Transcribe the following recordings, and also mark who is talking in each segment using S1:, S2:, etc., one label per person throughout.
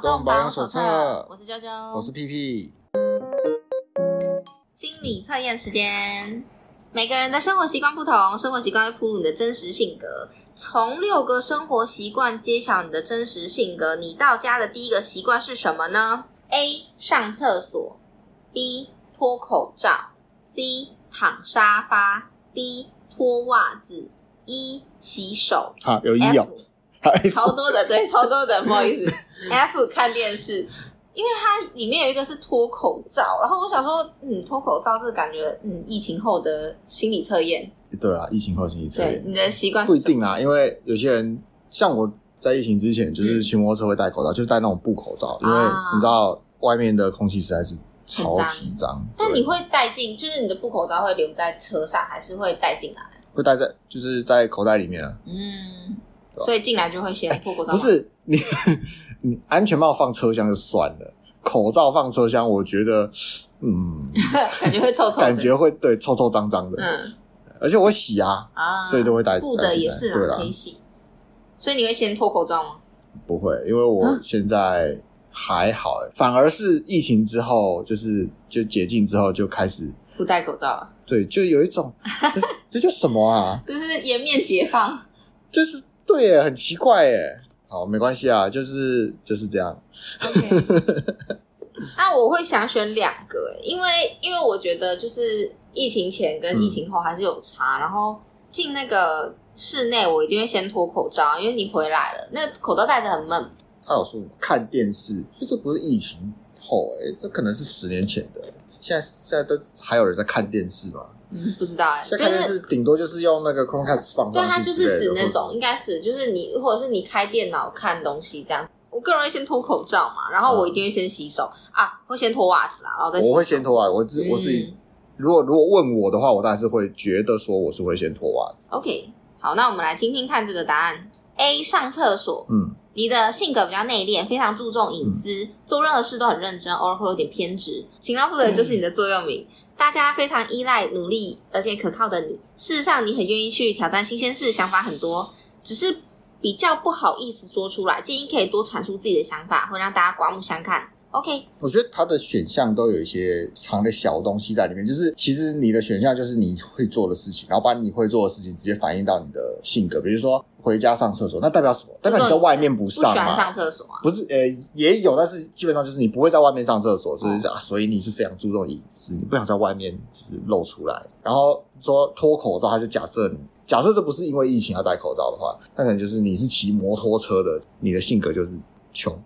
S1: 工保养手册
S2: 我是娇娇，
S1: 我是屁屁。
S2: 心理测验时间。每个人的生活习惯不同，生活习惯会暴露你的真实性格。从六个生活习惯揭晓你的真实性格。你到家的第一个习惯是什么呢？A. 上厕所，B. 脱口罩，C. 躺沙发，D. 脱袜子，E. 洗手。
S1: 好，有一有
S2: F，
S1: 哎
S2: 超多的，对，超多的，不好意思。F 看电视，因为它里面有一个是脱口罩，然后我想说，嗯，脱口罩这感觉，嗯，疫情后的心理测验，
S1: 对啦，疫情后心理测
S2: 对
S1: 验
S2: 你的习惯是
S1: 不一
S2: 什么
S1: 定啊啦，因为有些人像我在疫情之前，就是骑摩托车会戴口罩，就戴那种布口罩，因为
S2: 嗯啊
S1: 你知道外面的空气实在是超级脏。
S2: 但
S1: 对
S2: 你会带进，就是你的布口罩会留在车上，还是会带进来？
S1: 会戴在就是在口袋里面啊？
S2: 嗯，
S1: 对啊
S2: 所以进来就会先脱口罩吗，
S1: 不是你 你安全帽放车厢就算了，口罩放车厢，我觉得嗯，
S2: 感觉会臭臭的，
S1: 感觉会对臭臭脏脏的，
S2: 嗯
S1: 而且我洗啊，
S2: 啊，
S1: 所以都会戴
S2: 布
S1: 戴
S2: 的
S1: 进
S2: 也
S1: 来
S2: 是
S1: 对
S2: 啊，
S1: 啦
S2: 可以洗。所以你会先脱口罩吗？
S1: 不会，因为我
S2: 啊
S1: 现在还好、欸，反而是疫情之后，就是就解禁之后就开始，
S2: 不戴口罩啊，
S1: 对，就有 一种、哎这叫什么啊？
S2: 就是颜面解放。
S1: 就是对、欸，很奇怪哎、好，没关系啊，就是就是这样。
S2: OK，那我会想选两个、欸，因为因为我觉得就是疫情前跟疫情后还是有差，然后进那个室内我一定会先脱口罩，因为你回来了，那口罩戴着很闷。
S1: 他有说看电视，就这不是疫情后哎、这可能是十年前的，现在现在都还有人在看电视吗？
S2: 嗯，不知道哎、
S1: 现
S2: 就
S1: 在看电
S2: 是
S1: 视顶多就是用那个 Chromecast 放
S2: 对它
S1: 上
S2: 就
S1: 去
S2: 是
S1: 之
S2: 指
S1: 类的，
S2: 那种应该是就是你或者是你开电脑看东西这样。我个人会先脱口罩嘛，然后我一定会先洗手、啊，会先脱袜子啊，然后再洗手
S1: 我会先脱袜，我自我自己
S2: 嗯
S1: 如果如果问我的话，我当然是会觉得说我是会先脱袜子。
S2: OK，好，那我们来听听看这个答案。A 上厕所，
S1: 嗯，
S2: 你的性格比较内敛，非常注重隐私，做任何事都很认真，偶尔会有点偏执。勤劳负责人就是你的座右铭，
S1: 嗯
S2: 大家非常依赖努力而且可靠的你。事实上，你很愿意去挑战新鲜事，想法很多，只是比较不好意思说出来。建议可以多阐述自己的想法，会让大家刮目相看。OK，
S1: 我觉得它的选项都有一些藏的小东西在里面，就是其实你的选项就是你会做的事情，然后把你会做的事情直接反映到你的性格，比如说回家上厕所，那代表什么？代表你在外面不
S2: 不喜
S1: 上
S2: 欢
S1: 嘛？
S2: 上厕所啊？
S1: 不是，呃，也有，但是基本上就是你不会在外面上厕所，
S2: 哦
S1: 就是、啊，所以你是非常注重隐私，你不想在外面就是露出来。然后说脱口罩，他就假设你，假设这不是因为疫情要戴口罩的话，那可能就是你是骑摩托车的，你的性格就是穷，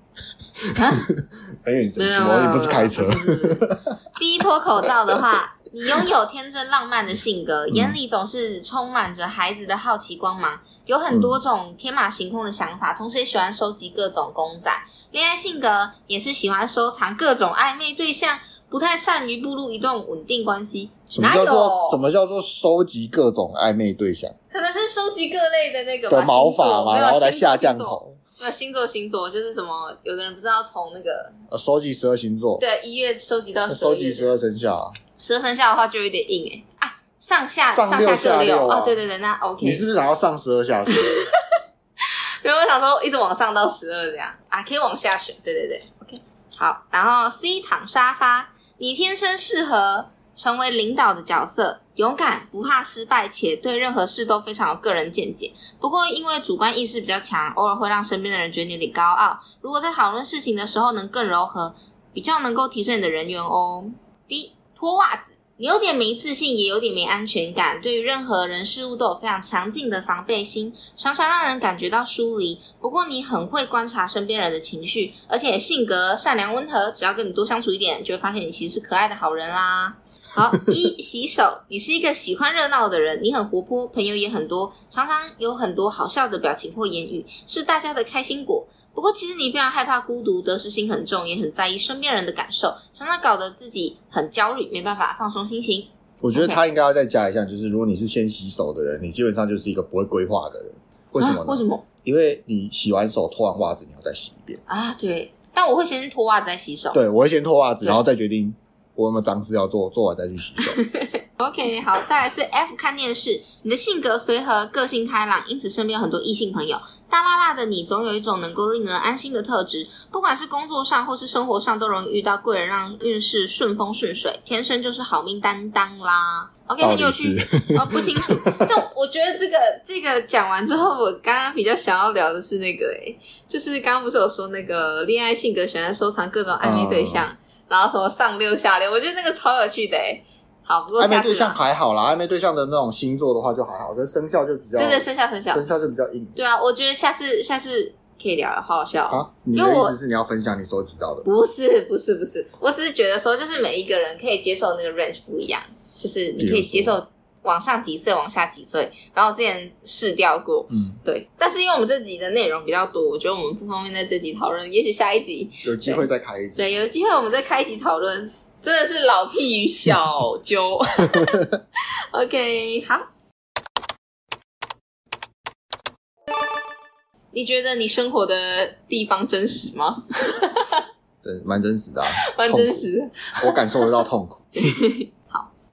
S1: 因为你只
S2: 啊没
S1: 骑
S2: 有
S1: 摩托，你不是开车
S2: 没。有没有没有不是不是第一脱口罩的话，你拥有天真浪漫的性格，
S1: 嗯
S2: 眼里总是充满着孩子的好奇光芒，有很多种天马行空的想
S1: 嗯
S2: 法，同时也喜欢收集各种公仔。恋爱性格也是喜欢收藏各种暧昧对象，不太善于步入一段稳定关系。
S1: 什么
S2: 哪
S1: 叫
S2: 有？
S1: 做什么叫做收集各种暧昧对象
S2: 可能是收集各类的那个吧
S1: 的毛
S2: 星
S1: 发
S2: 座
S1: 嘛，
S2: 没有啊
S1: 然后来
S2: 星
S1: 下降
S2: 星座
S1: 头，
S2: 没有星座星座就是什么？有的人不知道从那个
S1: 呃收集十二星座，
S2: 对啊一月收集到十二
S1: 收
S2: 月
S1: 集
S2: 的
S1: 十二生肖啊。
S2: 十二生肖的话就有点硬哎、啊，上下
S1: 上
S2: 下
S1: 六
S2: 各
S1: 下
S2: 六
S1: 六啊
S2: 哦，对对对，那 OK。
S1: 你是不是想要上十二下？
S2: 因为我想说一直往上到十二这样啊，可以往下选，对对对，OK。好，然后 C 躺沙发，你天生适合成为领导的角色，勇敢，不怕失败，且对任何事都非常有个人见解。不过因为主观意识比较强，偶尔会让身边的人觉得你有点高傲。如果在讨论事情的时候能更柔和，比较能够提升你的人缘哦。D 脱袜子，你有点没自信，也有点没安全感，对于任何人事物都有非常强劲的防备心，常常让人感觉到疏离。不过你很会观察身边人的情绪，而且性格善良温和，只要跟你多相处一点，就会发现你其实是可爱的好人啦。好，一洗手，你是一个喜欢热闹的人，你很活泼，朋友也很多，常常有很多好笑的表情或言语，是大家的开心果。不过，其实你非常害怕孤独，得失心很重，也很在意身边人的感受，常常搞得自己很焦虑，没办法放松心情。
S1: 我觉得他应该要再加一项，就是如果你是先洗手的人，你基本上就是一个不会规划的人。为什么呢？
S2: 啊为什？么
S1: 因为你洗完手脱完袜子，你要再洗一遍。
S2: 啊？对，但我会先脱袜子再洗手。
S1: 对，我会先脱袜子，
S2: 对
S1: 然后再决定我有没有脏事要做，做完再去洗手。
S2: OK，好，再来是 F 看电视。你的性格随和，个性开朗，因此身边有很多异性朋友。大辣辣的你，总有一种能够令人安心的特质，不管是工作上或是生活上，都容易遇到贵人，让运势顺风顺水，天生就是好命担当啦。OK，
S1: 道
S2: 很
S1: 理
S2: 有
S1: 是
S2: 趣，哦，不清楚。但我觉得这个这个讲完之后，我刚刚比较想要聊的是那个、欸，就是刚刚不是有说那个恋爱性格喜欢收藏各种暧昧对象，然后什么上六下六，我觉得那个超有趣的、欸。好，不过
S1: 暧昧
S2: 下次
S1: 对象
S2: 吧
S1: 还好啦，暧昧对象的那种星座的话就还好，跟生肖就比较
S2: 对对，生肖生肖
S1: 生，肖就比较硬。
S2: 对啊，我觉得下次下次可以聊，好好笑、哦。
S1: 啊，你
S2: 因
S1: 的
S2: 为
S1: 意
S2: 我
S1: 思是你要分享你收集到的？
S2: 不是不是不是，我只是觉得说，就是每一个人可以接受那个 range 不一样，就是你可以接受往上几岁，往下几岁。然后我之前试掉过，
S1: 嗯，
S2: 对，但是因为我们这集的内容比较多，我觉得我们不方便在这集讨论，也许下一集，
S1: 有机会再开一集。
S2: 对，有机会我们再开一集讨论。真的是老屁与小揪 ，OK，好。你觉得你生活的地方真实吗？
S1: 对，蛮真实的、啊，
S2: 蛮真实的。
S1: 我感受得到痛苦。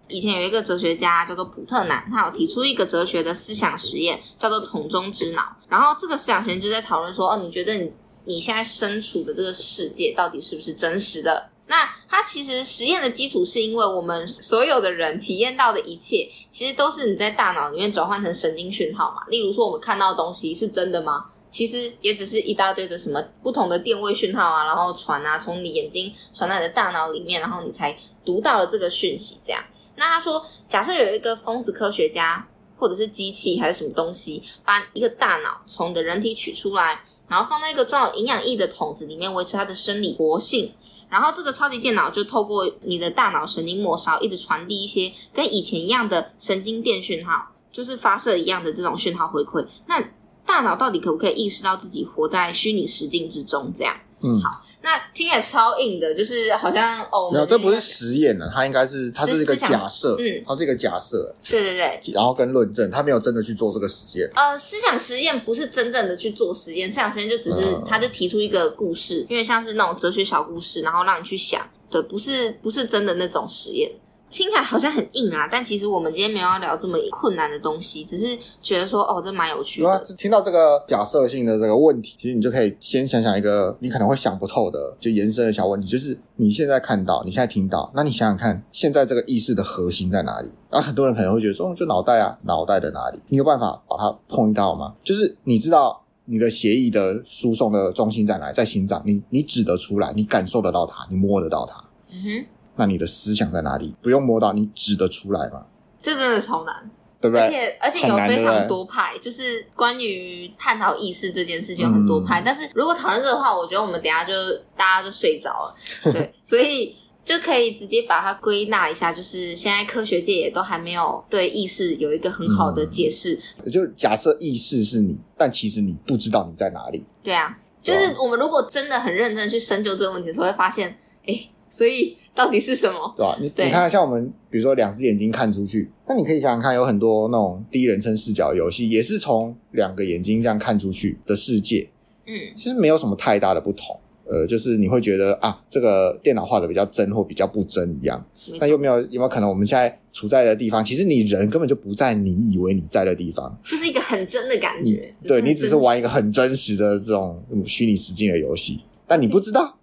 S2: 以前有一个哲学家叫做普特南，他有提出一个哲学的思想实验，叫做桶中之脑。然后这个思想实验就在讨论说，哦，你觉得你你现在身处的这个世界到底是不是真实的？那它其实实验的基础是因为我们所有的人体验到的一切，其实都是你在大脑里面转换成神经讯号嘛。例如说，我们看到的东西是真的吗？其实也只是一大堆的什么不同的电位讯号啊，然后传啊，从你眼睛传到你的大脑里面，然后你才读到了这个讯息，这样。那他说，假设有一个疯子科学家，或者是机器还是什么东西，把一个大脑从你的人体取出来，然后放在一个装有营养液的桶子里面，维持它的生理活性。然后这个超级电脑就透过你的大脑神经末梢，一直传递一些跟以前一样的神经电讯号，就是发射一样的这种讯号回馈。那大脑到底可不可以意识到自己活在虚拟实境之中？这样，
S1: 嗯，
S2: 那听起来超硬的，就是好像哦，我们
S1: 没有，这不是
S2: 今
S1: 实验啊，它应该是它是一个
S2: 思想
S1: 假设，
S2: 嗯
S1: 它是一个假设，
S2: 天对对对，
S1: 然后跟论证，它没有真的去做这个实验。
S2: 呃，思想实验不是真正的去做实验，思想实验就只是
S1: 嗯
S2: 他就提出一个故事，因为像是那种哲学小故事，然后让你去想，对，不是不是真的那种实验。听起来好像很硬啊，但其实我们今天没有要聊这么困难的东西，只是觉得说哦，这蛮有趣
S1: 如果
S2: 的。
S1: 听到这个假设性的这个问题，其实你就可以先想想一个你可能会想不透的，就延伸的小问题，就是你现在看到，你现在听到，那你想想看，现在这个意识的核心在哪里？然后很多人可能会觉得说，哦，就脑袋啊，脑袋的哪里？你有办法把它碰到吗？就是你知道。你的协议的输送的中心在哪里？在心脏，你你指得出来，你感受得到它，你摸得到它。
S2: 嗯哼，
S1: 那你的思想在哪里？不用摸到，你指得出来嘛，
S2: 这真的超难，
S1: 对不
S2: 而
S1: 对？
S2: 且而且有
S1: 很难
S2: 非
S1: 对不
S2: 常
S1: 对
S2: 多派，就是关于探讨意识这件事情有很多派。
S1: 嗯
S2: 但是如果讨论这个的话，我觉得我们等一下就大家就睡着了， 对，所以就可以直接把它归纳一下，就是现在科学界也都还没有对意识有一个很好
S1: 嗯
S2: 的解释。
S1: 就假设意识是你，但其实你不知道你在哪里。
S2: 对啊，就是我们如果真的很认真去深究这个问题的时候，会发现，哎，所以到底是什么？
S1: 对吧？你
S2: 对
S1: 你看，像我们比如说两只眼睛看出去，那你可以想想看，有很多那种第一人称视角游戏，也是从两个眼睛这样看出去的世界，
S2: 嗯
S1: 其实没有什么太大的不同。呃，就是你会觉得啊，这个电脑画的比较真或比较不真一样，
S2: 没错，
S1: 但又没有有没有可能我们现在处在的地方，其实你人根本就不在你以为你在的地方，
S2: 就是一个很真的感
S1: 你
S2: 觉。
S1: 嗯对你只是玩一
S2: 个。
S1: 个很真实的这种嗯虚拟实境的游戏，但你不知道，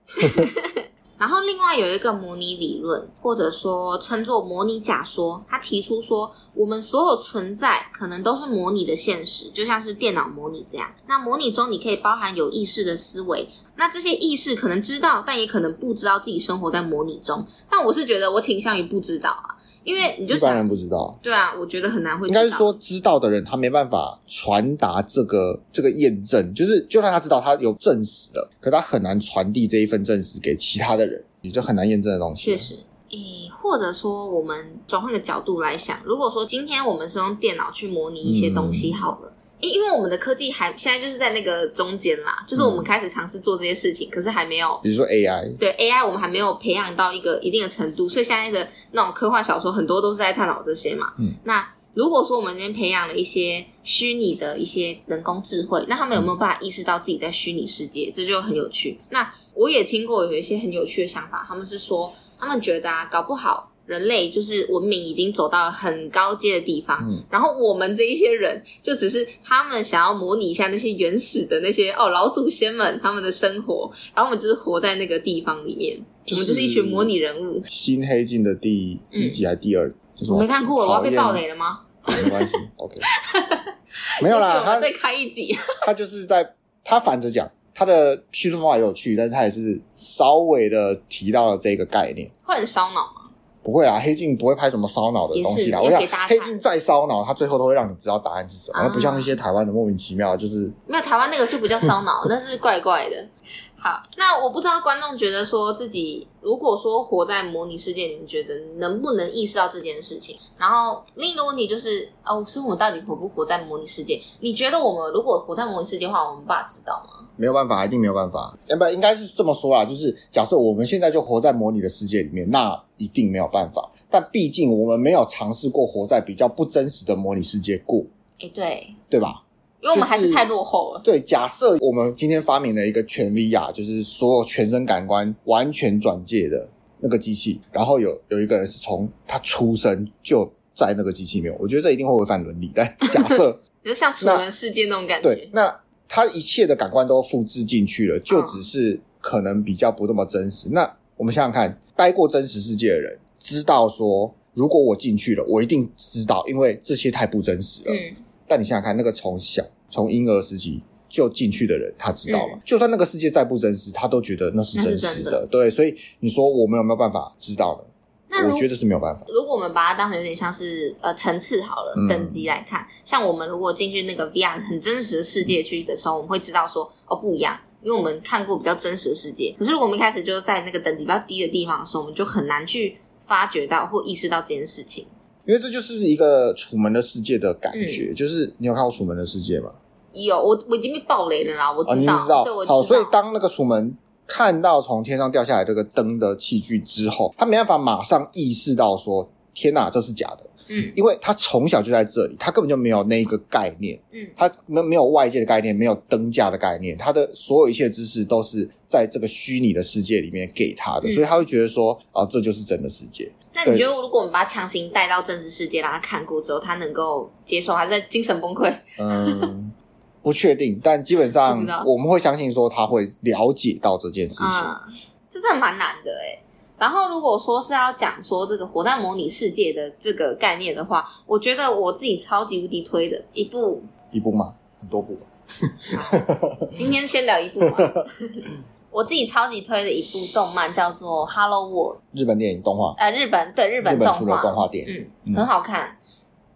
S2: 然后另外有一个模拟理论，或者说称作模拟假说，它提出说，我们所有存在可能都是模拟的现实，就像是电脑模拟这样。那模拟中你可以包含有意识的思维，那这些意识可能知道，但也可能不知道自己生活在模拟中。但我是觉得我倾向于不知道啊，因为你就
S1: 一般人
S2: 想，
S1: 不知道。
S2: 对啊，我觉得很难会知
S1: 应
S2: 道
S1: 该是说，知道的人他没办法传达这个这个验证，就是就算他知道他有证实了，可他很难传递这一份证实给其他的人，也就很难验证的东西。
S2: 确，实，诶，或者说我们转换个角度来想，如果说今天我们是用电脑去模拟一些东西好了。因因为我们的科技还现在就是在那个中间啦，就是我们
S1: 嗯
S2: 开始尝试做这些事情，可是还没有
S1: 比如说 AI，
S2: 对 AI 我们还没有培养到一个一定的程度，所以现在的那种科幻小说很多都是在探讨这些嘛。
S1: 嗯，
S2: 那如果说我们今天培养了一些虚拟的一些人工智慧，那他们有没有办法意识到自己在虚拟世界？这就很有趣。那我也听过有一些很有趣的想法，他们是说他们觉得啊，搞不好人类就是文明已经走到了很高阶的地方，
S1: 嗯，
S2: 然后我们这一些人，就只是他们想要模拟一下那些原始的那些哦老祖先们他们的生活，然后我们就是活在那个地方里面，
S1: 就是
S2: 我们就是一群模拟人物。
S1: 新黑镜的第一集还是第二集？就
S2: 嗯
S1: 是
S2: 我没看过，我要被
S1: 讨厌
S2: 暴雷了吗？
S1: 没关系 ，OK。没有啦，
S2: 也许我
S1: 他
S2: 们再开一集。
S1: 他就是在他反着讲，他的叙述方法也有趣，但是他也是稍微的提到了这个概念。
S2: 会很烧脑吗？
S1: 不会啦，黑镜不会拍什么烧脑的东西啦。
S2: 也是
S1: 我想
S2: 也给大家看
S1: 黑镜再烧脑，它最后都会让你知道答案是什么，
S2: 啊
S1: 而不像一些台湾的莫名其妙，就是
S2: 没有，台湾那个就比较烧 脑，但是怪怪的。好，那我不知道观众觉得说自己如果说活在模拟世界，你们觉得能不能意识到这件事情？然后另一个问题就是，哦，所以我们到底活不活在模拟世界？你觉得我们如果活在模拟世界的话，我们爸知道吗？
S1: 没有办法，一定没有办法。要不应该是这么说啦，就是假设我们现在就活在模拟的世界里面，那一定没有办法。但毕竟我们没有尝试过活在比较不真实的模拟世界过，
S2: 哎，对，
S1: 对吧？
S2: 因为我们还
S1: 就是是
S2: 太落后了。
S1: 对，假设我们今天发明了一个全 VR，就是所有全身感官完全转介的那个机器，然后有有一个人是从他出生就在那个机器里面，我觉得这一定会违反伦理。但假设
S2: 你就像楚门世界那种感
S1: 对
S2: 觉，，
S1: 那他一切的感官都复制进去了，就
S2: 嗯
S1: 只是可能比较不那么真实。那我们想想看，待过真实世界的人知道说，如果我进去了，我一定知道，因为这些太不真实了。
S2: 嗯，
S1: 但你想想看，那个从小从婴儿时期就进去的人，他知道吗？就算那个世界再不真实，他都觉得那是
S2: 嗯那
S1: 真
S2: 是
S1: 实
S2: 真
S1: 的。
S2: 的
S1: 对，所以你说我们有没有办法知道呢？
S2: 那如
S1: 我觉得是没有办法。
S2: 如果我们把它当成有点像是呃层次好了、
S1: 嗯
S2: 等级来看，像我们如果进去那个 VR 很真实的世界去的时候，我们会知道说哦不一样，因为我们看过比较真实的世界。可是如果我们一开始就在那个等级比较低的地方的时候，我们就很难去发掘到或意识到这件事情。
S1: 因为这就是一个楚门的世界的感觉，
S2: 嗯
S1: 就是你有看过楚门的世界吗？
S2: 有我我已经被爆雷了啦，我
S1: 哦，
S2: 知
S1: 你已
S2: 道，
S1: 经知道
S2: 对，我。知道。
S1: 好，所以当那个楚门看到从天上掉下来这个灯的器具之后，他没办法马上意识到说：“天哪，这是假的。”
S2: 嗯
S1: 因为他从小就在这里，他根本就没有那个概念，
S2: 嗯
S1: 他没没有外界的概念，没有灯架的概念，他的所有一切知识都是在这个虚拟的世界里面给他的，
S2: 嗯
S1: 所以他会觉得说啊，这就是真的世 界。
S2: 那你觉得如果我们把它强行带到真实世界，让他看过之后，他能够接受，还是精神崩溃？
S1: 嗯，不确定，但基本
S2: 不
S1: 上
S2: 知道
S1: 我们会相信说他会了解到这件事情。
S2: 嗯，这真的蛮难的哎。然后如果说是要讲说这个活在模拟世界的这个概念的话，我觉得我自己超级无敌推的一部，
S1: 一部吗？很多部吧。
S2: 今天先聊一部 嘛。我自己超级推的一部动漫叫做《Hello World》，
S1: 日本电影动画，
S2: 呃，日本对日本
S1: 日
S2: 动
S1: 本
S2: 画，
S1: 出了动画电影，
S2: 嗯，
S1: 嗯
S2: 很好看。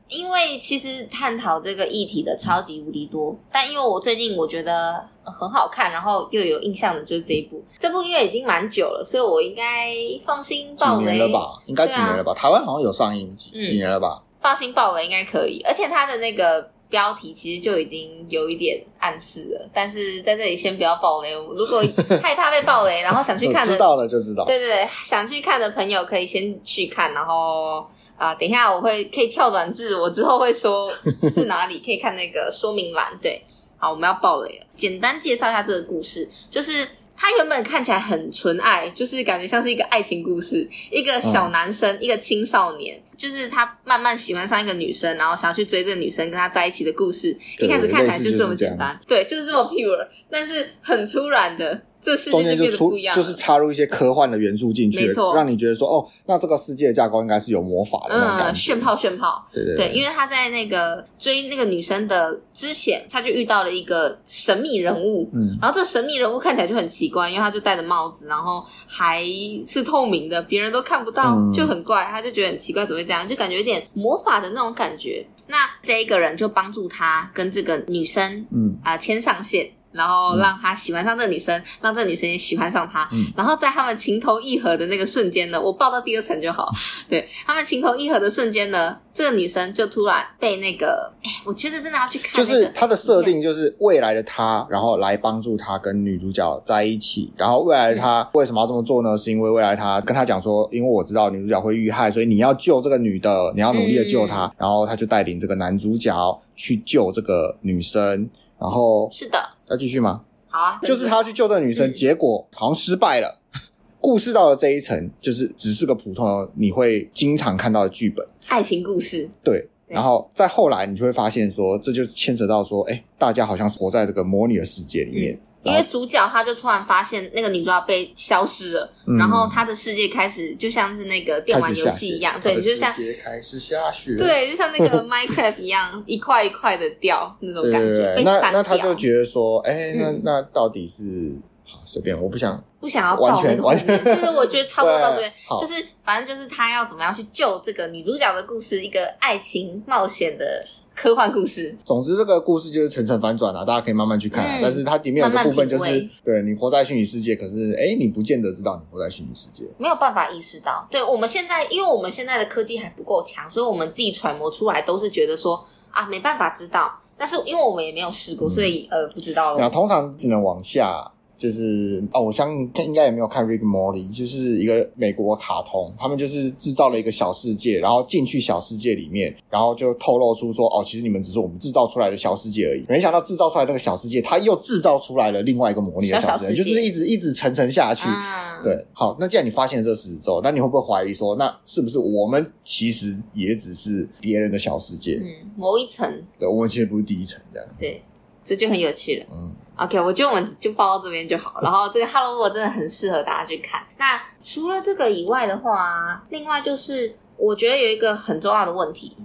S2: 因为其实探讨这个议题的超级无敌多，但因为我最近我觉得呃很好看，然后又有印象的就是这一部。这部因为已经蛮久了，所以我应该放心
S1: 几
S2: 爆
S1: 年
S2: 雷
S1: 了吧？应该几
S2: 对啊
S1: 年了吧？台湾好像有上映几
S2: 嗯
S1: 几年了吧？
S2: 放心爆雷应该可以。而且它的那个标题其实就已经有一点暗示了，但是在这里先不要爆雷。如果害怕被爆雷，然后想去看
S1: 知
S2: 的，
S1: 道了就知道。
S2: 对对对，想去看的朋友可以先去看，然后啊、等一下我会可以跳转至我之后会说是哪里，可以看那个说明栏。对，好，我们要爆雷了，简单介绍一下这个故事，就是。它原本看起来很纯爱，就是感觉像是一个爱情故事，一个小男生，一个青少年，就是他慢慢喜欢上一个女生，然后想要去追这个女生，跟她在一起的故事。
S1: 对
S2: 一开始看起来
S1: 类似就是
S2: 这么
S1: 这样
S2: 简单，对，就是这么 pure，但是很突然的，这世
S1: 中
S2: 界
S1: 间
S2: 就
S1: 就
S2: 变得
S1: 出
S2: 不一样了，
S1: 就是插入一些科幻的元素进去
S2: 没，错
S1: 让你觉得说哦，那这个世界的架构应该是有魔法的那种感
S2: 嗯，
S1: 觉。
S2: 炫炮炫炮。
S1: 对对
S2: 对，因为他在那个追那个女生的之前，他就遇到了一个神秘人物。
S1: 嗯，
S2: 然后这神秘人物看起来就很奇怪，因为他就戴着帽子，然后还是透明的，别人都看不到，
S1: 嗯
S2: 就很怪。他就觉得很奇怪，怎么会这样？就感觉有点魔法的那种感觉。那这一个人就帮助他跟这个女生
S1: 嗯
S2: 啊牵上线，然后让他喜欢上这个女生，让这个女生也喜欢上他。
S1: 嗯
S2: 然后在他们情投意合的那个瞬间呢，我报到第二层就
S1: 嗯
S2: 好。 对他们情投意合的瞬间呢，这个女生就突然被那个，哎，我觉得真的要去看、
S1: 就
S2: 那个，
S1: 是它的设定就是未来的他，然后来帮助他跟女主角在一起。然后未来的
S2: 嗯
S1: 他为什么要这么做呢？是因为未来他跟他讲说，因为我知道女主角会遇害，所以你要救这个女的，你要努
S2: 嗯
S1: 力的救她。然后他就带领这个男主角去救这个女生。然后
S2: 是的，
S1: 要继续吗？
S2: 好啊，
S1: 就是他去救这个女生，
S2: 嗯
S1: 结果好像失败了。 故事到了这一层，就是只是个普通的你会经常看到的剧本，
S2: 爱情故事，
S1: 对。
S2: 对
S1: 然后再后来，你就会发现说，这就牵扯到说，哎，大家好像活在这个模拟的世界里面。
S2: 因
S1: 然
S2: 为
S1: 后
S2: 主角他就突然发现那个女主角被消失了，
S1: 嗯
S2: 然后他的世界开始就像是那个电玩游戏一样，对，就像
S1: 世界开始下雪，
S2: 对，就像那个 Minecraft 一样，一块一块的掉那种
S1: 对
S2: 感
S1: 对
S2: 觉，
S1: 对，
S2: 被
S1: 那
S2: 删
S1: 那他
S2: 掉
S1: 就，觉得说，哎，那
S2: 嗯
S1: 那到底是好随便，我不想
S2: 不想要
S1: 完
S2: 爆那
S1: 全
S2: 个
S1: 完
S2: 画面
S1: 全
S2: 就是我 觉得差不多到这边
S1: 对好，
S2: 就是反正就是他要怎么样去救这个女主角的故事，一个爱情冒险的科幻故事，
S1: 总之，这个故事就是层层反转啦、大家可以慢慢去看、啊。
S2: 嗯
S1: 但是它里面有个部分就是，
S2: 慢慢品
S1: 对你活在虚拟世界，可是哎、诶你不见得知道你活在虚拟世界。
S2: 没有办法意识到。对我们现在，因为我们现在的科技还不够强，所以我们自己揣摩出来都是觉得说啊，没办法知道。但是因为我们也没有试过，
S1: 嗯
S2: 所以呃不知道
S1: 然后
S2: 了。
S1: 通常只能往下，就是哦，我相信应该也没有看 Rick and Morty，就是一个美国卡通，他们就是制造了一个小世界，然后进去小世界里面，然后就透露出说哦，其实你们只是我们制造出来的小世界而已。没想到制造出来那个小世界，它又制造出来了另外一个模拟的
S2: 小小
S1: 小世界，
S2: 世界
S1: 就是一直一直层层下去。
S2: 嗯，
S1: 对，好，那既然你发现了这事实之后，那你会不会怀疑说，那是不是我们其实也只是别人的小世界？
S2: 嗯，某一层，
S1: 对，我们其实不是第一层这样。
S2: 对，这就很有趣了。
S1: 嗯，
S2: OK，我觉得我们就报到这边就好。然后这个《Hello World》真的很适合大家去看。那除了这个以外的话，另外就是我觉得有一个很重要的问题，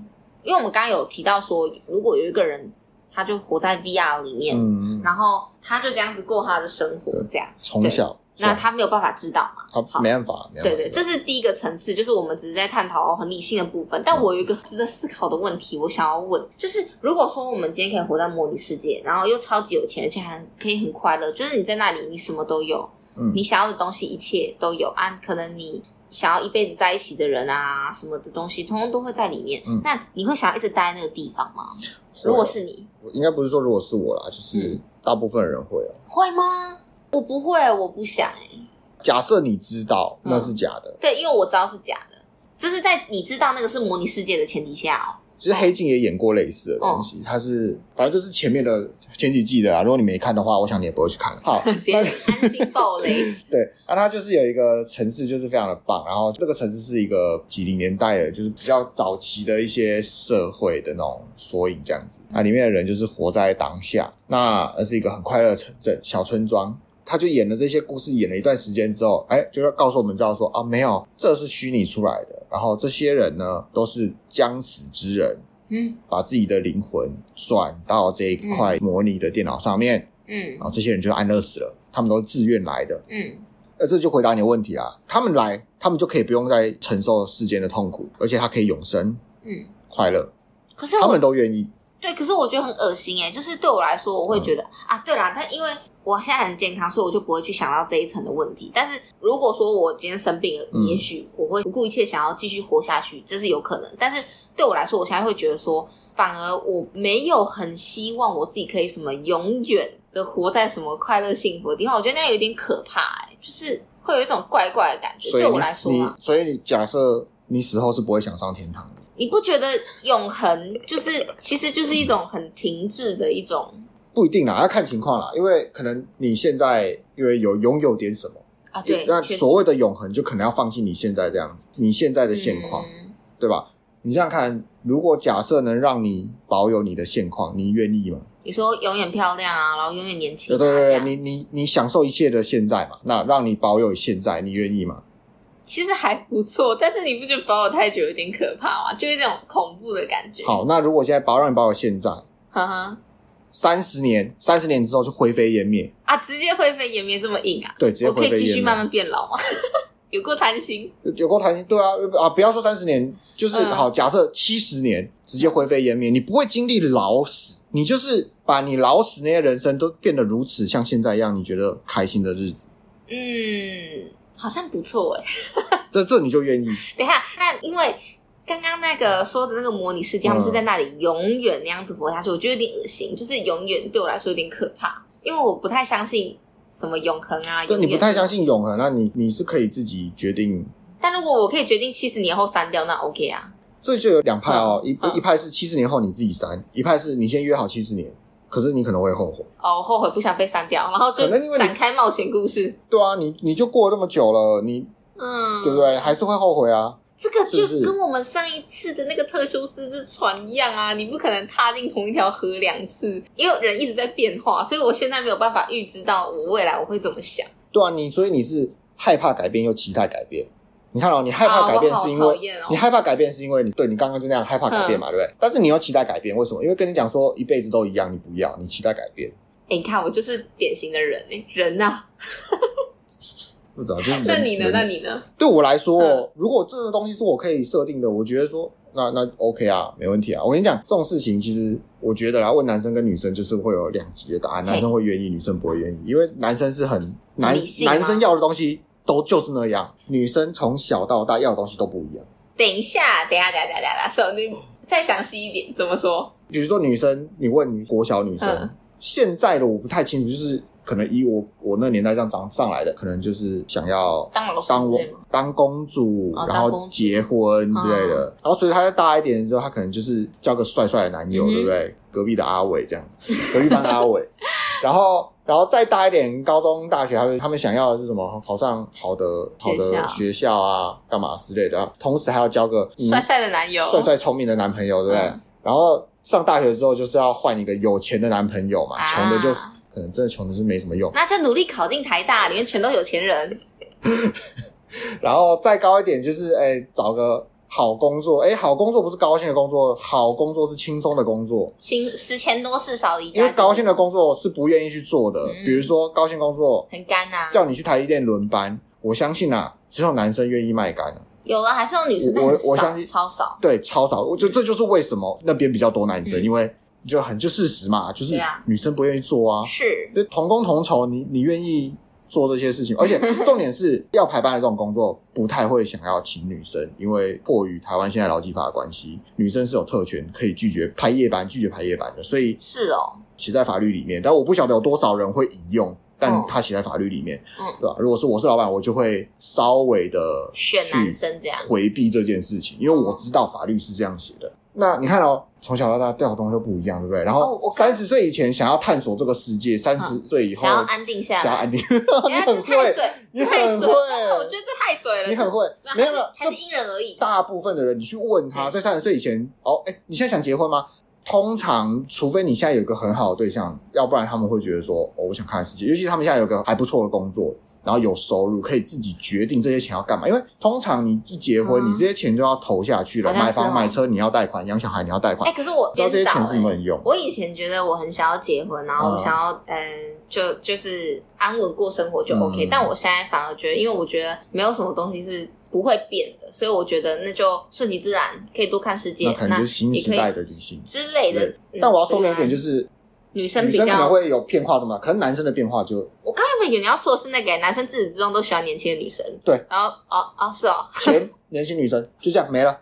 S2: 因为我们刚刚有提到说，如果有一个人他就活在 VR 里面，
S1: 嗯，
S2: 然后他就这样子过他的生活，这样，
S1: 从小，
S2: 那
S1: 是
S2: 他没有办法知道嘛？
S1: 吧他
S2: 好
S1: 没办法，没办
S2: 对
S1: 法
S2: 对，这是第一个层次，就是我们只是在探讨很理性的部分。
S1: 嗯
S2: 但我有一个值得思考的问题，我想要问，就是如果说我们今天可以活在模拟世界，然后又超级有钱，而且还可以很快乐，就是你在那里你什么都有，
S1: 嗯
S2: 你想要的东西一切都有啊，可能你。想要一辈子在一起的人啊，什么的东西，通通都会在里面。
S1: 嗯
S2: 那你会想要一直待在那个地方吗？
S1: 会
S2: 如果是你，
S1: 应该不是说如果是我啦，就是
S2: 嗯
S1: 大部分人会啊。
S2: 会吗？我不会，我不想、欸。
S1: 假设你知道
S2: 嗯
S1: 那是假的，
S2: 对，因为我知道是假的，这是在你知道那个是模拟世界的前提下哦。
S1: 其实黑镜也演过类似的东
S2: 哦
S1: 西，它是反正这是前面的前几季的啊。如果你没看的话，我想你也不会去看。好，
S2: 直接安心爆 雷。
S1: 对，那、它就是有一个城市，就是非常的棒。然后这个城市是一个几零年代的，就是比较早期的一些社会的那种缩影这样子。那里面的人就是活在当下，那而是一个很快乐的城镇小村庄。他就演了这些故事，演了一段时间之后，哎，就要告诉我们知道说啊，没有，这是虚拟出来的。然后这些人呢，都是将死之人，
S2: 嗯
S1: 把自己的灵魂转到这一块模拟的电脑上面，
S2: 嗯
S1: 然后这些人就安乐死了。他们都是自愿来的，
S2: 嗯
S1: 呃，这就回答你的问题啊。他们来，他们就可以不用再承受世间的痛苦，而且他可以永生
S2: 嗯。
S1: 快乐，
S2: 可是
S1: 他
S2: 我
S1: 们都愿意。
S2: 对，可是我觉得很恶心哎、就是对我来说，我会觉
S1: 嗯
S2: 得、啊，对啦，但因为我现在很健康，所以我就不会去想到这一层的问题。但是如果说我今天生病了，
S1: 嗯
S2: 也许我会不顾一切想要继续活下去，这是有可能。但是对我来说，我现在会觉得说，反而我没有很希望我自己可以什么永远的活在什么快乐幸福的地方，我觉得那样有点可怕哎、就是会有一种怪怪的感觉。
S1: 所以
S2: 对
S1: 你
S2: 我来说
S1: 你
S2: 啊，
S1: 所以你假设你死后是不会想上天堂的，
S2: 你不觉得永恒就是其实就是一种很停滞的一种
S1: 不一定啊啦，要看情况啦。因为可能你现在因为有拥有点什么，
S2: 啊？对，
S1: 那
S2: 确实
S1: 所谓的永恒就可能要放弃你现在这样子，你现在的现况，
S2: 嗯
S1: 对吧？你想想看，如果假设能让你保有你的现况，你愿意吗？
S2: 你说永远漂亮啊，然后永远年轻
S1: 对
S2: 啊，
S1: 对
S2: 这
S1: 对，
S2: 样
S1: 你你你享受一切的现在嘛，那让你保有现在，你愿意吗？
S2: 其实还不错，但是你不觉得保我太久有点可怕吗？就有一种恐怖的感觉。，
S1: 好，那如果现在保让你保有现在
S2: 哈哈
S1: 三十年，三十年之后就灰飞烟灭，
S2: 啊，直接灰飞烟灭这么硬啊？
S1: 对，直接
S2: 我可
S1: 灰
S2: 以
S1: 飞
S2: 继续
S1: 烟
S2: 慢
S1: 灭。
S2: 慢变老吗？ 有够贪心，
S1: 有有够弹性，对啊啊！不要说三十年，就是、
S2: 嗯
S1: 好，假设七十年直接灰飞烟灭，你不会经历老死，你就是把你老死那些人生都变得如此像现在一样，你觉得开心的日子，
S2: 嗯，好像不错哎。
S1: 这这你就愿意
S2: 等一下，那因为刚刚那个说的那个模拟世界，他们
S1: 嗯
S2: 是在那里永远那样子活下去，我觉得有点恶心，就是永远对我来说有点可怕，因为我不太相信什么永恒啊。
S1: 对，
S2: 永
S1: 你
S2: 远
S1: 不太相信
S2: 这种
S1: 永恒，那你你是可以自己决定。
S2: 事，但如果我可以决定七十年后删掉，那 OK 啊。
S1: 这就有两派哦，一
S2: 嗯
S1: 一派是七十年后你自己删，一派是你先约好七十年，可是你可能会后悔。
S2: 哦，后悔不想被删掉，然后就
S1: 可能因为你
S2: 展开冒险故事，
S1: 对啊，你你就过了那么久了，你
S2: 嗯，
S1: 对不？对？还是会后悔啊。
S2: 这个就是
S1: 不是
S2: 跟我们上一次的那个特修斯之船一样啊，你不可能踏进同一条河两次，因为人一直在变化，所以我现在没有办法预知到我未来我会怎么想。
S1: 对啊，你所以你是害怕改变又期待改变。你看哦，你害怕
S2: 啊
S1: 改变
S2: 我好
S1: 是因
S2: 讨
S1: 为、
S2: 厌哦嗯
S1: 你害怕改变是因为你对你刚刚就那样害怕改变嘛，对不对？但是你又期待改变，为什么？因为跟你讲说一辈子都一样，你不要，你期待改变，
S2: 哎，你看我就是典型的人哎，人呐、啊，
S1: 不知道 就是人
S2: 那你呢？
S1: 人
S2: 那你呢？
S1: 对我来说，
S2: 嗯
S1: 如果这个东西是我可以设定的，我觉得说那那 OK 啊，没问题啊。我跟你讲，这种事情其实我觉得啦，问男生跟女生就是会有两极的答案，
S2: 嘿
S1: 男生会愿意，女生不会愿意，因为男生是很男
S2: 理性啊吗
S1: 男生要的东西都就是那样，女生从小到大要的东西都不一样。
S2: 等一下，等一下，等一下，等一下，手你再详细一点，怎么说？
S1: 比如说女生，你问女国小女生，
S2: 嗯
S1: 现在的我不太清楚，就是可能以我我那年代这样长上来的，可能就是想要
S2: 当老师
S1: 当
S2: 之
S1: 我
S2: 类吗？
S1: 当公主，
S2: 哦
S1: 然
S2: 当公主
S1: 后
S2: 哦
S1: 结婚之类的。然后所以她再大一点之后，她可能就是交个帅帅的男友，
S2: 嗯哼
S1: 对不对？隔壁的阿伟这样，隔壁班的阿伟。 然后，然后再大一点，高中、大学，他们他们想要的是什么？考上好的好
S2: 学
S1: 的
S2: 校
S1: 学校啊，干嘛之类的。然后同时还要交个嗯
S2: 帅帅的男友，
S1: 帅帅聪明的男朋友，对不对？
S2: 嗯
S1: 然后上大学之后，就是要换一个有钱的男朋友嘛，
S2: 啊
S1: 穷的就可能真的穷的是没什么用。
S2: 那就努力考进台大，里面全都有钱人。
S1: 然后再高一点就是，哎、找个好工作。哎、好工作不是高薪的工作，好工作是轻松的工作。
S2: 请十钱多事少离家近，
S1: 因为高薪的工作是不愿意去做的，
S2: 嗯
S1: 比如说高薪工作
S2: 很干啊呐、
S1: 叫你去台积电轮班，我相信啊，只有男生愿意卖干啊。
S2: 有了还是有女生，
S1: 我
S2: 但很少
S1: 我相信
S2: 超少。
S1: 对，超少。我觉得这就是为什么那边比较多男生，
S2: 嗯
S1: 因为就很就事实嘛，就是
S2: 对啊
S1: 女生不愿意做啊。
S2: 是，
S1: 就同工同酬，你你愿意做这些事情，而且重点是要排班的这种工作不太会想要请女生，因为迫于台湾现在劳基法的关系，女生是有特权可以拒绝排夜班、拒绝排夜班的，所以
S2: 是哦，
S1: 写在法律里面。但我不晓得有多少人会引用，但
S2: 哦
S1: 它写在法律里面，
S2: 嗯
S1: 对吧？如果是我是老板，我就会稍微的
S2: 选男生这样
S1: 回避这件事情，因为我知道法律是这样写的。那你看哦，从小到大掉的东西都不一样，对不对？然
S2: 哦我
S1: 后
S2: 看嗯
S1: 三十岁以前想要探索这个世界，三十岁以后
S2: 想要安定下
S1: 想要
S2: 来
S1: 安。定，
S2: 哎
S1: 你
S2: 呀这
S1: 很
S2: 太
S1: 会，
S2: 准，
S1: 你
S2: 这太
S1: 很
S2: 准，了，我
S1: 会
S2: 觉，得这太准了。
S1: 你很会，
S2: 没
S1: 没有
S2: 有
S1: 没有，
S2: 还
S1: 这
S2: 是因人而异。
S1: 大部分的人，你去问他，
S2: 嗯
S1: 在三十岁以前，哦，哎，你现在想结婚吗？通常，除非你现在有一个很好的对象，要不然他们会觉得说，哦，我想看看世界。尤其他们现在有个还不错的工作，然后有收入，可以自己决定这些钱要干嘛。因为通常你一结婚，
S2: 嗯
S1: 你这些钱就要投下去了，
S2: 好像
S1: 买
S2: 是哦
S1: 房买车你要贷款，养小孩你要贷款
S2: 哎，，可是我
S1: 哦知道这
S2: 颠
S1: 些
S2: 倒
S1: 钱是没
S2: 哎。
S1: 有用。
S2: 我以前觉得我很想要结婚，然后我
S1: 嗯
S2: 想要嗯，就就是安稳过生活就
S1: 嗯
S2: OK、但我现在反而觉得，因为我觉得没有什么东西是不会变的，所以我觉得那就顺其自然，可以多看世界，
S1: 那可能就是新
S2: 也
S1: 时
S2: 可以
S1: 代的女性。
S2: 之类的。嗯
S1: 但我要说明一点，就
S2: 对啊
S1: 是
S2: 女生
S1: 女
S2: 比
S1: 生可能
S2: 较，
S1: 会有变化，怎么？可能男生的变化就
S2: 我刚原本以为你要说的是那个欸男生自始至终都喜欢年轻的女生，
S1: 对，
S2: 然后哦哦是哦，
S1: 前年轻女生就这样没了。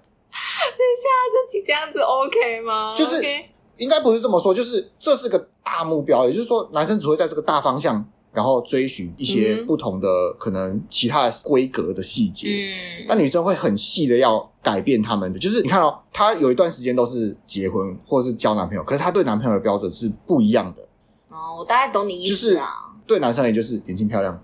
S2: 那这期这样子 OK 吗？
S1: 就是
S2: OK
S1: 应该不是这么说，就是这是个大目标，也就是说，男生只会在这个大方向，然后追寻一些
S2: 嗯
S1: 不同的、可能其他的规格的细节。
S2: 嗯
S1: 那女生会很细的要改变他们的，就是你看哦，她有一段时间都是结婚或者是交男朋友，可是她对男朋友的标准是不一样的。
S2: 哦，我大概懂你意思啊，
S1: 对男生也就是年轻漂亮，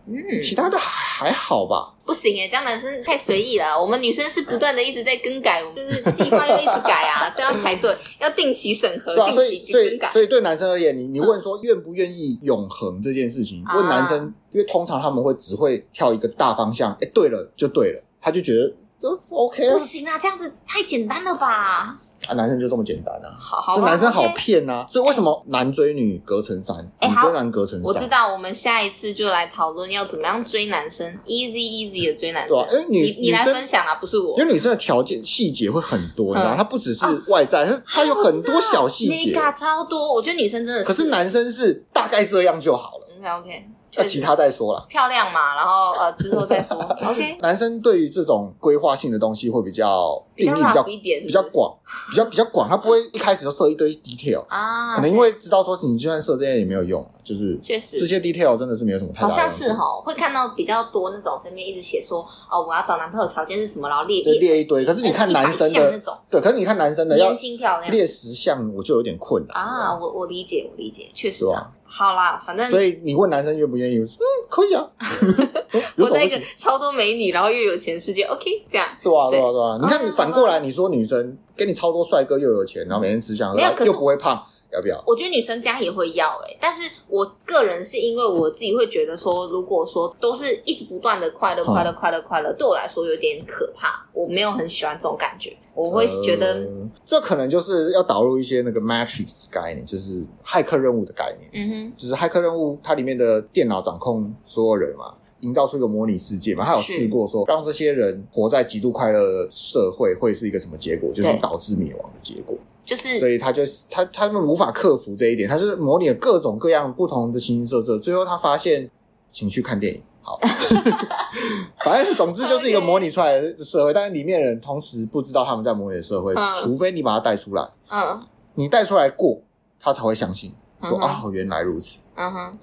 S2: 嗯，
S1: 其他的还还好吧。
S2: 不行哎，这样男生太随意了，我们女生是不断的一直在更改，
S1: 哦
S2: 我们就是计划要一直改 啊，这样才对，要定期审核，
S1: 对啊，所
S2: 呃定
S1: 以
S2: 期
S1: 所
S2: 更
S1: 以
S2: 改。嗯
S1: 所以对男生而言，你你问说愿不愿意永恒这件事情，
S2: 啊
S1: 问男生，因为通常他们会只会跳一个大方向，哎，对了就对了，他就觉得这 OK 啊
S2: 不，行啊，这样子太简单了吧？
S1: 啊男生就这么简单啊，
S2: 好好
S1: 所
S2: 吧，
S1: 以男生好
S2: OK
S1: 骗啊，所以为什么男追女隔层山，
S2: 哎
S1: 女
S2: 好
S1: 追男隔层
S2: 我知
S1: 山，
S2: 道，我们下一次就来讨论要怎么样追男生，easy easy 的追男
S1: 对
S2: 生
S1: 啊。因为女
S2: 你你来
S1: 女生
S2: 分享啊，不是我。
S1: 因为女生的条件细节会很多，你知道吗，
S2: 嗯啊
S1: 她不只是外在，她她有很多小细节，
S2: mega 超多。我觉得女生真的是，
S1: 可是男生是大概这样就好了。
S2: OK OK，
S1: 那啊其他再说啦。
S2: 漂亮嘛，然后呃之后再说。OK，
S1: 男生对于这种规划性的东西会比较
S2: 比
S1: 定
S2: 较
S1: 义比较
S2: rough 一点是
S1: 比
S2: 不是
S1: 较广，比较比较广，他不会一开始就设一堆 detail，
S2: 啊，
S1: 可能因为知道说是你就算设这些也没有用，就是
S2: 确实
S1: 这些 detail 真的是没有什么太大
S2: 好
S1: 的
S2: 像
S1: 用处
S2: 是哈，会看到比较多那种这边一直写说哦，我要找男朋友条件是什么，然后列呃
S1: 对列一堆，可是你看男生
S2: 哎一百项那
S1: 的，
S2: 种
S1: 对，可是你看男生的要
S2: 年轻漂亮
S1: 列十项，我就有点困难
S2: 啊，
S1: 了。
S2: 我我理解，我理解，确实
S1: 是
S2: 啊，好啦，反正
S1: 所以你问男生愿不愿意，我说嗯，可以 啊， 嗯有
S2: 我
S1: 什么
S2: 在
S1: 不
S2: 一个
S1: 行？
S2: 超多美女，然后又有钱世界，OK，这样
S1: 对啊，对啊，
S2: 对
S1: 对啊！你看，你
S2: 啊
S1: 反过来，你说女生跟你超多帅哥又有钱，然后每天吃香喝
S2: 没有
S1: 辣
S2: 可是
S1: 又不会胖，要不要？
S2: 我觉得女生家也会要哎、欸，但是我个人是因为我自己会觉得说，如果说都是一直不断的快乐、
S1: 嗯
S2: 快乐、快乐、快乐，对我来说有点可怕，我没有很喜欢这种感觉，我会觉得，
S1: 呃这可能就是要导入一些那个 Matrix 概念，就是骇客任务的概念，
S2: 嗯
S1: 就是骇客任务它里面的电脑掌控所有人嘛。营造出一个模拟世界嘛，他有
S2: 是
S1: 试过说让这些人活在极度快乐的社会会是一个什么结果，就是
S2: 对
S1: 导致灭亡的结果。
S2: 哼，就是
S1: 所以他就他他们无法克服这一点，他是模拟了各种各样不同的形形色色，最后他发现，请去看电影。 好，反正总之就是一个模拟出来的社会，但是里面人同时不知道他们在模拟的社会
S2: 嗯，
S1: 除非你把他带出来，
S2: 嗯
S1: 你带出来过，他才会相信，说
S2: 嗯
S1: 啊、
S2: 哼
S1: 原来如此。
S2: 嗯哼，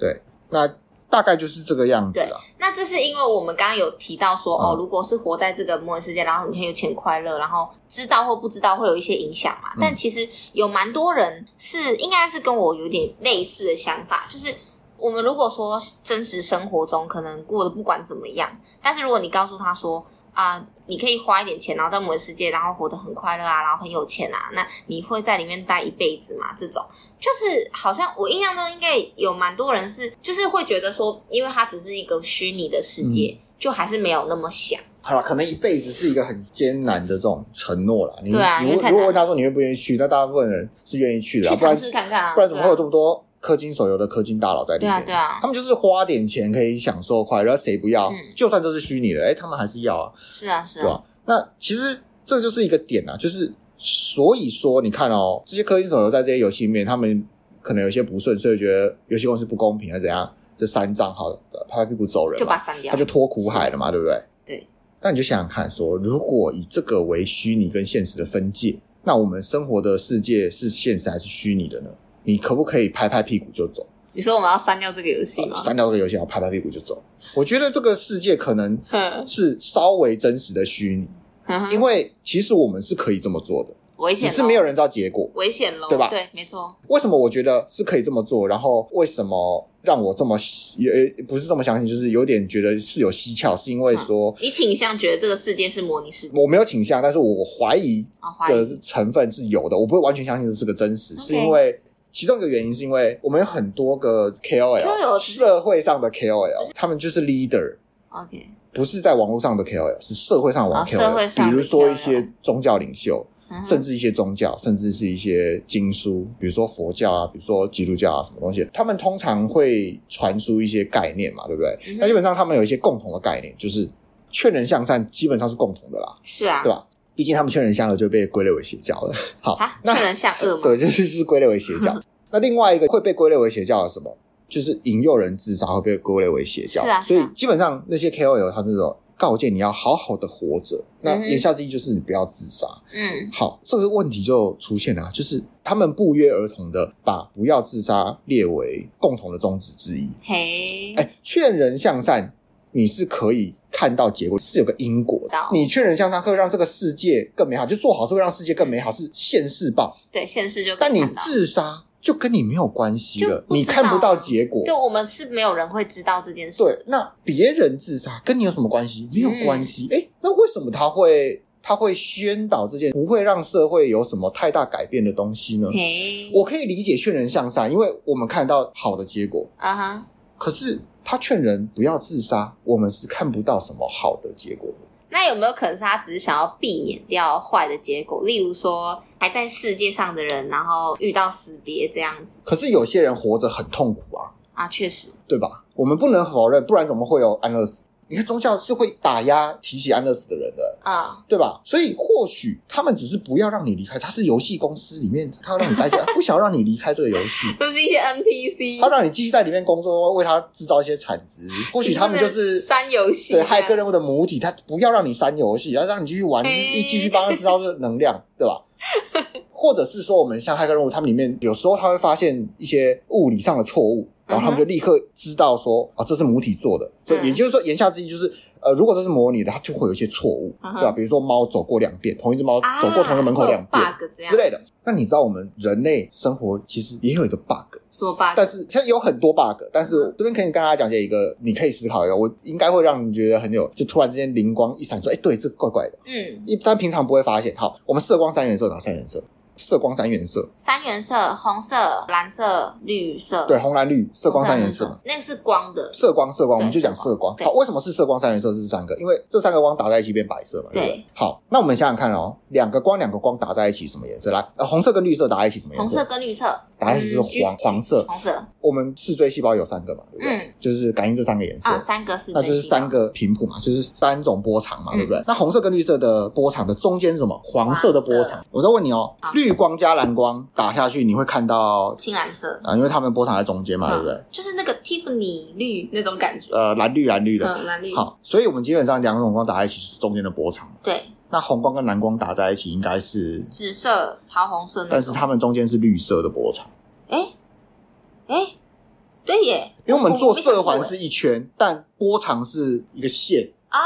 S1: 那大概就是这个样子啦。
S2: 那这是因为我们刚刚有提到说，
S1: 嗯
S2: 哦，如果是活在这个模拟世界，然后你很有钱、快乐，然后知道或不知道会有一些影响嘛。
S1: 嗯
S2: 但其实有蛮多人是应该是跟我有点类似的想法，就是我们如果说真实生活中可能过得不管怎么样，但是如果你告诉他说啊、你可以花一点钱，然后在我们的世界，然后活得很快乐啊，然后很有钱啊，那你会在里面待一辈子吗？这种就是好像我印象中应该有蛮多人是，就是会觉得说，因为它只是一个虚拟的世界，
S1: 嗯
S2: 就还是没有那么想。
S1: 好了，可能一辈子是一个很艰难的这种承诺啦。你
S2: 对啊
S1: 你
S2: 因为太
S1: 如果
S2: 难
S1: 问他说你愿不愿意去，那大部分人是愿意去的啊，
S2: 去
S1: 不然
S2: 尝试看看啊，
S1: 不然怎么会有
S2: 对啊
S1: 这么多氪金手游的氪金大佬在里面？
S2: 对啊对啊
S1: 他们就是花点钱可以享受快乐，啊谁不要？
S2: 嗯
S1: 就算这是虚拟的，哎、他们还是要啊，
S2: 是啊是
S1: 对吧、
S2: 啊，
S1: 那其实这就是一个点啊，就是所以说，你看哦，这些氪金手游在这些游戏里面，他们可能有些不顺，所以觉得游戏公司不公平，还是怎样？就删账号，拍拍屁股走人嘛，
S2: 就把它删掉
S1: 他就脱苦海了嘛，对不对？
S2: 对。
S1: 那你就想想看说如果以这个为虚拟跟现实的分界，那我们生活的世界是现实还是虚拟的呢？你可不可以拍拍屁股就走？
S2: 你说我们要删掉这个游戏吗？
S1: 删掉这个游戏，然后拍拍屁股就走？我觉得这个世界可能
S2: 哼
S1: 是稍微真实的虚拟，
S2: 哼
S1: 因
S2: 哼
S1: 为其实我们是可以这么做的，
S2: 危
S1: 只
S2: 险咯，
S1: 是没有人知道结果。
S2: 危险喽，
S1: 对吧
S2: 对，没错，
S1: 为什么我觉得是可以这么做？然后为什么让我这么也不是这么相信？就是有点觉得是有蹊跷，是因为说
S2: 你倾向觉得这个世界是模拟世界
S1: 我没有倾向，但是我我怀疑
S2: 啊？怀
S1: 的
S2: 疑
S1: 是成分是有的，我不会完全相信这是个真实
S2: OK
S1: 是因为其中一个原因是因为我们有很多个
S2: KOL
S1: KOL，
S2: 是
S1: 社会上的 KOL，他们就是 leader，
S2: ，OK，
S1: 不是在网络上的 KOL，是社会上的网
S2: 啊
S1: KOL，、
S2: 社会上的
S1: 比如说
S2: KOL
S1: 一些宗教领袖，
S2: 嗯哼
S1: 甚至一些宗教，甚至是一些经书，比如说佛教啊，比如说基督教啊，什么东西，他们通常会传输一些概念嘛，对不对？
S2: 嗯哼
S1: 那基本上他们有一些共同的概念，就是劝人向善，基本上是共同的啦。
S2: 是啊
S1: 对，吧？毕竟他们劝人向恶就被归类为邪教了。好
S2: 啊，
S1: 那
S2: 劝人向恶吗
S1: 对，就是就是归类为邪 教。那另外一个会被归类为邪教的是什么？就是引诱人自杀会被归类为邪教。
S2: 是啊
S1: 所以
S2: 是啊
S1: 基本上那些 KOL 他们那种告诫你要好好的活着，那
S2: 嗯哼
S1: 言下之意就是你不要自杀。
S2: 嗯，
S1: 好，这个问题就出现了啊，就是他们不约而同的把不要自杀列为共同的宗旨之一。
S2: 嘿，
S1: 哎，劝人向善，你是可以看到结果，是有个因果的
S2: 到。
S1: 你劝人向善会让这个世界更美好，就做好事会让世界更美好，是现世报。
S2: 对，现实就可以
S1: 但你
S2: 看到
S1: 自杀就跟你没有关系
S2: 就
S1: 了，
S2: 不知道啊
S1: 你看不到结果
S2: 对，。我们是没有人会知道这件事，
S1: 对，那别人自杀跟你有什么关系？没有关系。
S2: 嗯
S1: 哎、那为什么他会他会宣导这件不会让社会有什么太大改变的东西呢？
S2: 嘿，
S1: 我可以理解劝人向善，因为我们看到好的结果，
S2: 啊哈。
S1: 可是他劝人不要自杀，我们是看不到什么好的结果的。
S2: 那有没有可能是他只是想要避免掉坏的结果？例如说，还在世界上的人，然后遇到死别这样子
S1: 可是有些人活着很痛苦啊，
S2: 啊，确实，
S1: 对吧？我们不能否认，不然怎么会有安乐死？你看宗教是会打压提起安乐死的人的，
S2: 啊、
S1: 对吧？所以或许他们只是不要让你离开，他是游戏公司里面，他要让你待下 来，不想让你离开这个游戏。
S2: 就是一些
S1: 他
S2: NPC，
S1: 让你继续在里面工作，为他制造一些产值。或许他们就是
S2: 删游戏
S1: 对
S2: 啊，哎
S1: 骇客任务的母体，他不要让你删游戏，要让你继续玩，
S2: 嘿
S1: 继续帮他制造这个能量，对吧？或者是说，我们像骇客任务，他们里面有时候他会发现一些物理上的错误，然后他
S2: 嗯
S1: 们就立刻知道说，啊，这是母体做的。所以也就是说，言下之意就是，呃，如果这是模拟的，它就会有一些错误，
S2: 嗯哼
S1: 对吧？比如说猫走过两遍，同一只猫
S2: 啊
S1: 走过同一个门口两遍。
S2: 会有 bug 这样
S1: 之类的，那你知道我们人类生活其实也有一个 bug，
S2: 什么 bug？
S1: 但是现在有很多 bug，但是
S2: 嗯
S1: 这边可以跟大家讲解一个，你可以思考一个，我应该会让你觉得很有，就突然之间灵光一闪，说，哎、对，这怪怪的，
S2: 嗯，
S1: 一般平常不会发现。好，我们色光三原色哪三原色？色光三原色，
S2: 三原色，红色、蓝色、绿色，
S1: 对，，红蓝绿，色光三原色嘛。
S2: 那个是光的，
S1: 色光，色光，
S2: 对
S1: 我们就讲色光。
S2: 色光对
S1: 好，为什么是色光三原色是这三个？因为这三个光打在一起变白色嘛，对不
S2: 对
S1: 对？好，那我们想想看哦，两个光，两个光打在一起什么颜色？来，呃，红色跟绿色打在一起什么
S2: 红
S1: 颜
S2: 色
S1: 色？
S2: 跟绿色，
S1: 答案就是
S2: 嗯橘
S1: 黄黄色
S2: 红色
S1: 我们视锥细胞有三个嘛，对不对
S2: 嗯？
S1: 就是感应这三个颜色
S2: 啊，。三个是
S1: 那就是
S2: 最新的
S1: 三个频谱嘛，就是三种波长嘛，
S2: 嗯
S1: 对不对？那红色跟绿色的波长的中间是什么？黄色的波
S2: 黄
S1: 长。我再问你哦
S2: 好，
S1: 绿光加蓝光打下去，你会看到
S2: 青蓝色，
S1: 啊，因为它们波长在中间
S2: 嗯
S1: 嘛，对不对？
S2: 就是那个 Tiffany 绿那种感觉，
S1: 呃，蓝绿蓝绿的。
S2: 嗯，蓝绿，
S1: 好，所以我们基本上两种光打在一起就是中间的波长。
S2: 对，
S1: 那红光跟蓝光打在一起应该是，
S2: 紫色、桃红色那
S1: 但是
S2: 种，
S1: 它们中间是绿色的波长，
S2: 哎哎，对耶，
S1: 因为我们做色环
S2: 我没想过耶
S1: 是一圈，
S2: 欸
S1: 但波长是一个线。
S2: 啊，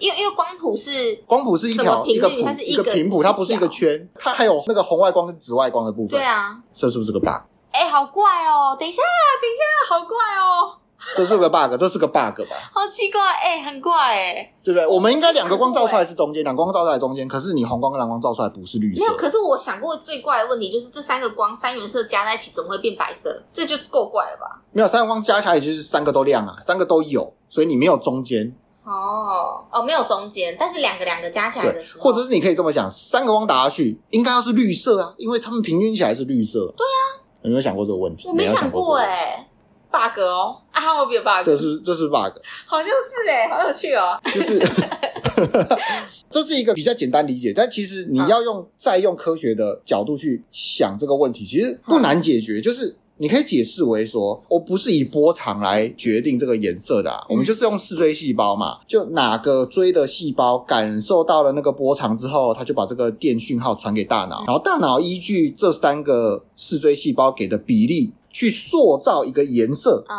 S2: 因为因为光谱是
S1: 光谱是一
S2: 什么
S1: 条
S2: 频率
S1: 一个谱
S2: 它是一
S1: 一
S2: 个
S1: 个频谱，它不是一
S2: 一条
S1: 个圈，它还有那个红外光跟紫外光的部分。
S2: 对，啊，
S1: 这是不是个 bug？
S2: 哎、好怪哦！等一下，等一下，好怪哦，
S1: 这是个 bug，这是个 bug 吧？
S2: 好奇怪，哎、很怪哎。
S1: 对不对？我们应该两个光照出
S2: 我没
S1: 来是中间，两个光照出来中间，可是你红光跟蓝光照出来不是绿色
S2: 没有，，可是我想过最怪的问题就是这三个光三原色加在一起怎么会变白色？这就够怪了吧？
S1: 没有三个光加起来就是三个都亮啊，三个都有，所以你没有中间，
S2: 哦哦，没有中间，但是两个两个加起来
S1: 对
S2: 的时，候，
S1: 或者是你可以这么想，三个光打下去应该要是绿色啊，因为它们平均起来是绿色。对啊，有没有想过这个问题？
S2: 我没
S1: 有
S2: 想
S1: 想
S2: 过
S1: 哎、
S2: 哎、bug 哦，啊，还有没有 bug？
S1: 这是这是 bug，
S2: 好像是哎、好有趣哦。
S1: 就是这是一个比较简单理解，但其实你要用、再用科学的角度去想这个问题，其实不难解决，就是。你可以解释为说，我不是以波长来决定这个颜色的、啊，我们就是用视锥细胞嘛，就哪个锥的细胞感受到了那个波长之后，它就把这个电讯号传给大脑
S2: 嗯，
S1: 然后大脑依据这三个视锥细胞给的比例去塑造一个颜色，
S2: 嗯，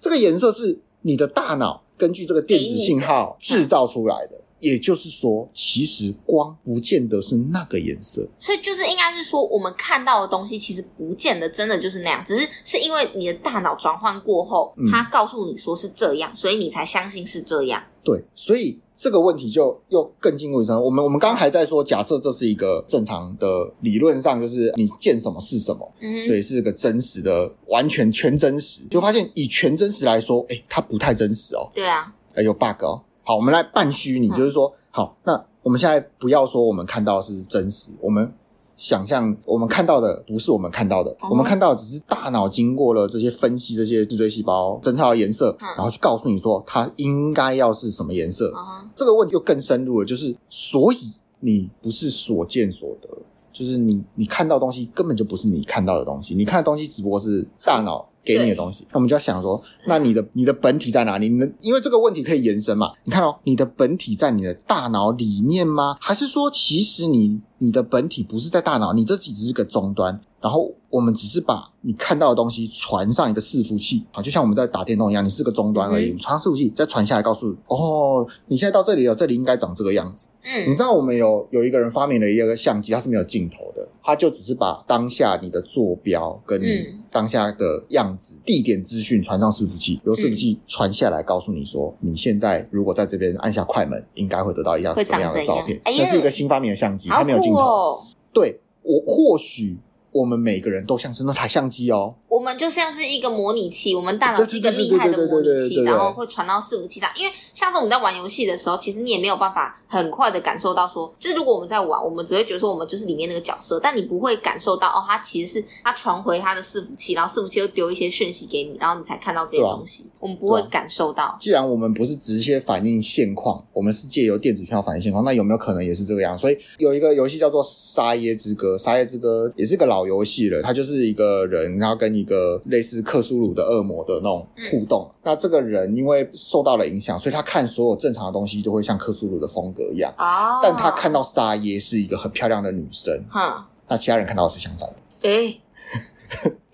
S1: 这个颜色是你的大脑根据这个电子信号制造出来的。也就是说，其实光不见得是那个颜色，
S2: 所以就是应该是说，我们看到的东西其实不见得真的就是那样，只是是因为你的大脑转换过后，
S1: 嗯
S2: 它告诉你说是这样，所以你才相信是这样。
S1: 对，所以这个问题就又更进一步深。我们我们刚还在说，假设这是一个正常的理论上，就是你见什么是什么，
S2: 嗯
S1: 所以是个真实的，完全全真实。就发现以全真实来说，哎，它不太真实哦，
S2: 对啊，
S1: 哎，有 bug 哦。好，我们来半虚拟，
S2: 嗯
S1: 就是说，好，那我们现在不要说我们看到的是真实，我们想象我们看到的不是我们看到的，
S2: 哦
S1: 我们看到的只是大脑经过了这些分析，这些脊椎细胞侦测到颜色，
S2: 嗯
S1: 然后去告诉你说它应该要是什么颜色。
S2: 啊、
S1: 这个问题就更深入了，就是所以你不是所见所得，就是你你看到的东西根本就不是你看到的东西，你看的东西只不过是大脑给你的东西。那我们就要想说，那你的你的本体在哪里？你的因为这个问题可以延伸嘛？你看哦，你的本体在你的大脑里面吗？还是说其实你你的本体不是在大脑，你这只是个终端？然后我们只是把你看到的东西传上一个伺服器啊，就像我们在打电动一样，你是个终端而已，
S2: 嗯
S1: 传上伺服器再传下来，告诉哦，你现在到这里了，这里应该长这个样子。你
S2: 嗯
S1: 知道我们有有一个人发明了一个相机，它是没有镜头的，它就只是把当下你的坐标跟你
S2: 嗯
S1: 当下的样子、地点资讯传上伺服器，由伺服器传下来，告诉你说你现在如果在这边按下快门，应该会得到一
S2: 嗯
S1: 张
S2: 会
S1: 什么
S2: 长
S1: 样的
S2: 怎样
S1: 照片。
S2: 哎呀
S1: 那是一个新发明的相机，
S2: 好
S1: 它没有镜
S2: 酷
S1: 头。
S2: 哦，
S1: 对我或许。我们每个人都像是那台相机哦，
S2: 我们就像是一个模拟器，我们大脑是一个
S1: 对对对
S2: 厉害的
S1: 对对
S2: 模
S1: 对对
S2: 拟
S1: 对
S2: 器，
S1: 对
S2: 然后会传到伺服器上。因为下次我们在玩游戏的时候，其实你也没有办法很快的感受到说，就是如果我们在玩，我们只会觉得说我们就是里面那个角色，但你不会感受到哦，它其实是它传回它的伺服器，然后伺服器又丢一些讯息给你，然后你才看到这些
S1: 对啊
S2: 东西，我们不会
S1: 对啊
S2: 感受到。
S1: 既然我们不是直接反映现况，我们是借由电子讯号反映现况，那有没有可能也是这个样？所以有一个游戏叫做《沙耶之歌》，《沙耶之歌》也是个老游戏了，它就是一个人，然后跟一个类似克苏鲁的恶魔的那种互动。那这个人因为受到了影响，所以他看所有正常的东西都会像克苏鲁的风格一样，
S2: 哦，
S1: 但他看，到沙耶是一个很漂亮的女生，
S2: 哼，
S1: 那其他人看到的是相反的。
S2: 诶、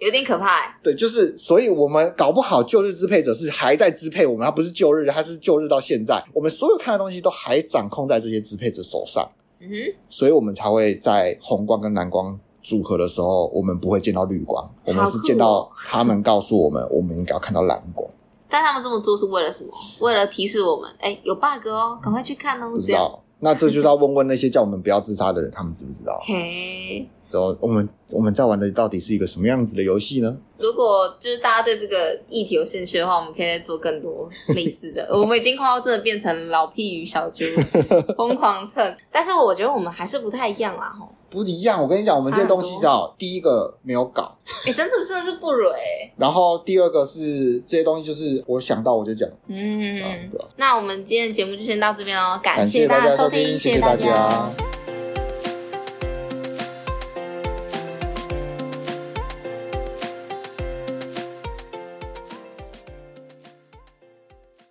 S2: 有点可怕、欸。
S1: 对，就是，所以我们搞不好旧日支配者是还在支配我们，他不是旧日，他是旧日到现在，我们所有看的东西都还掌控在这些支配者手上，
S2: 嗯哼，
S1: 所以我们才会在红光跟蓝光组合的时候，我们不会见到绿光，我们是见
S2: 好
S1: 到
S2: 酷哦
S1: 他们告诉我们，我们应该要看到蓝光，
S2: 但他们这么做是为了什么？为了提示我们，哎、有 bug 哦，赶快去看哦，
S1: 不知
S2: 这样。
S1: 道。那这就是要问问那些叫我们不要自杀的人，他们知不知道？
S2: 嘿，
S1: 然后我们我们在玩的到底是一个什么样子的游戏呢？
S2: 如果就是大家对这个议题有兴趣的话，我们可以再做更多类似 的。我们已经快要真的变成老屁与 小猪疯狂蹭，但是我觉得我们还是不太一样啦吼。
S1: 不一样，我跟你讲，我们这些东西
S2: 差
S1: 叫第一个没有搞，
S2: 哎、真的真的是不欸蕊、
S1: 然后第二个是这些东西，就是我想到我就讲，啊
S2: 嗯，
S1: 对吧？
S2: 那我们今天的节目就先到这边哦，感
S1: 感谢
S2: 大
S1: 大
S2: 家
S1: 家
S2: 收
S1: 收
S2: 听，
S1: 听，
S2: 谢
S1: 谢
S2: 谢
S1: 谢
S2: 大
S1: 大
S2: 家
S1: 家。